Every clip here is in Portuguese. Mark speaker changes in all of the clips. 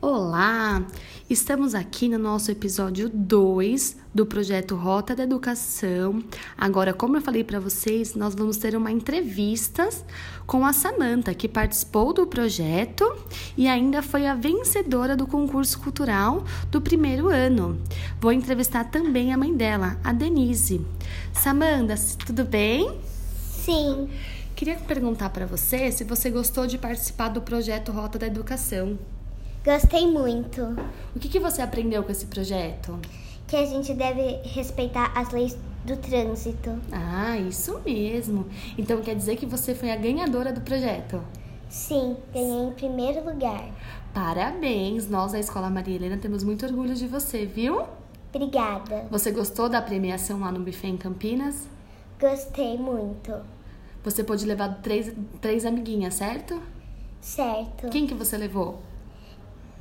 Speaker 1: Olá! Estamos aqui no nosso episódio 2 do projeto Rota da Educação. Agora, como eu falei para vocês, nós vamos ter uma entrevista com a Samanta, que participou do projeto e ainda foi a vencedora do concurso cultural do primeiro ano. Vou entrevistar também a mãe dela, a Denise. Samanta, tudo bem?
Speaker 2: Sim.
Speaker 1: Queria perguntar para você se você gostou de participar do projeto Rota da Educação.
Speaker 2: Gostei muito.
Speaker 1: O que, que você aprendeu com esse projeto?
Speaker 2: Que a gente deve respeitar as leis do trânsito.
Speaker 1: Ah, isso mesmo. Então quer dizer que você foi a ganhadora do projeto?
Speaker 2: Sim, ganhei em primeiro lugar.
Speaker 1: Parabéns! Nós da Escola Maria Helena temos muito orgulho de você, viu?
Speaker 2: Obrigada.
Speaker 1: Você gostou da premiação lá no buffet em Campinas?
Speaker 2: Gostei muito.
Speaker 1: Você pôde levar três, três amiguinhas, certo?
Speaker 2: Certo.
Speaker 1: Quem que você levou?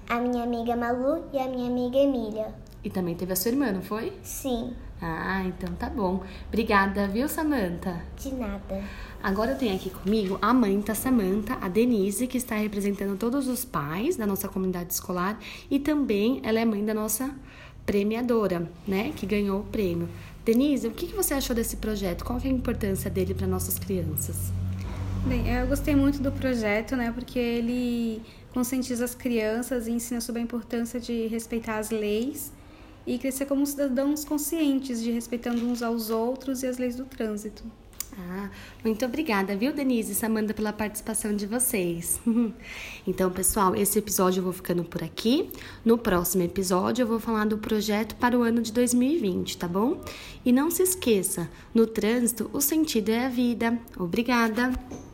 Speaker 2: A minha amiga Malu e a minha amiga Emília.
Speaker 1: E também teve a sua irmã, não foi?
Speaker 2: Sim,
Speaker 1: Ah, então tá bom. Obrigada, viu, Samanta?
Speaker 2: de nada.
Speaker 1: Agora eu tenho aqui comigo a mãe da Samanta, a Denise, que está representando todos os pais da nossa comunidade escolar e também ela é mãe da nossa premiadora, né, que ganhou o prêmio. Denise, o que que você achou desse projeto? Qual que é a importância dele para nossas crianças?
Speaker 3: Bem, é, eu gostei muito do projeto, né? Porque ele conscientiza as crianças e ensina sobre a importância de respeitar as leis e crescer como cidadãos conscientes de respeitando uns aos outros e as leis do trânsito.
Speaker 1: Ah, muito obrigada, viu, Denise e Samanta, pela participação de vocês. Então, pessoal, esse episódio eu vou ficando por aqui. No próximo episódio, eu vou falar do projeto para o ano de 2020, tá bom? E não se esqueça: no trânsito, o sentido é a vida. Obrigada!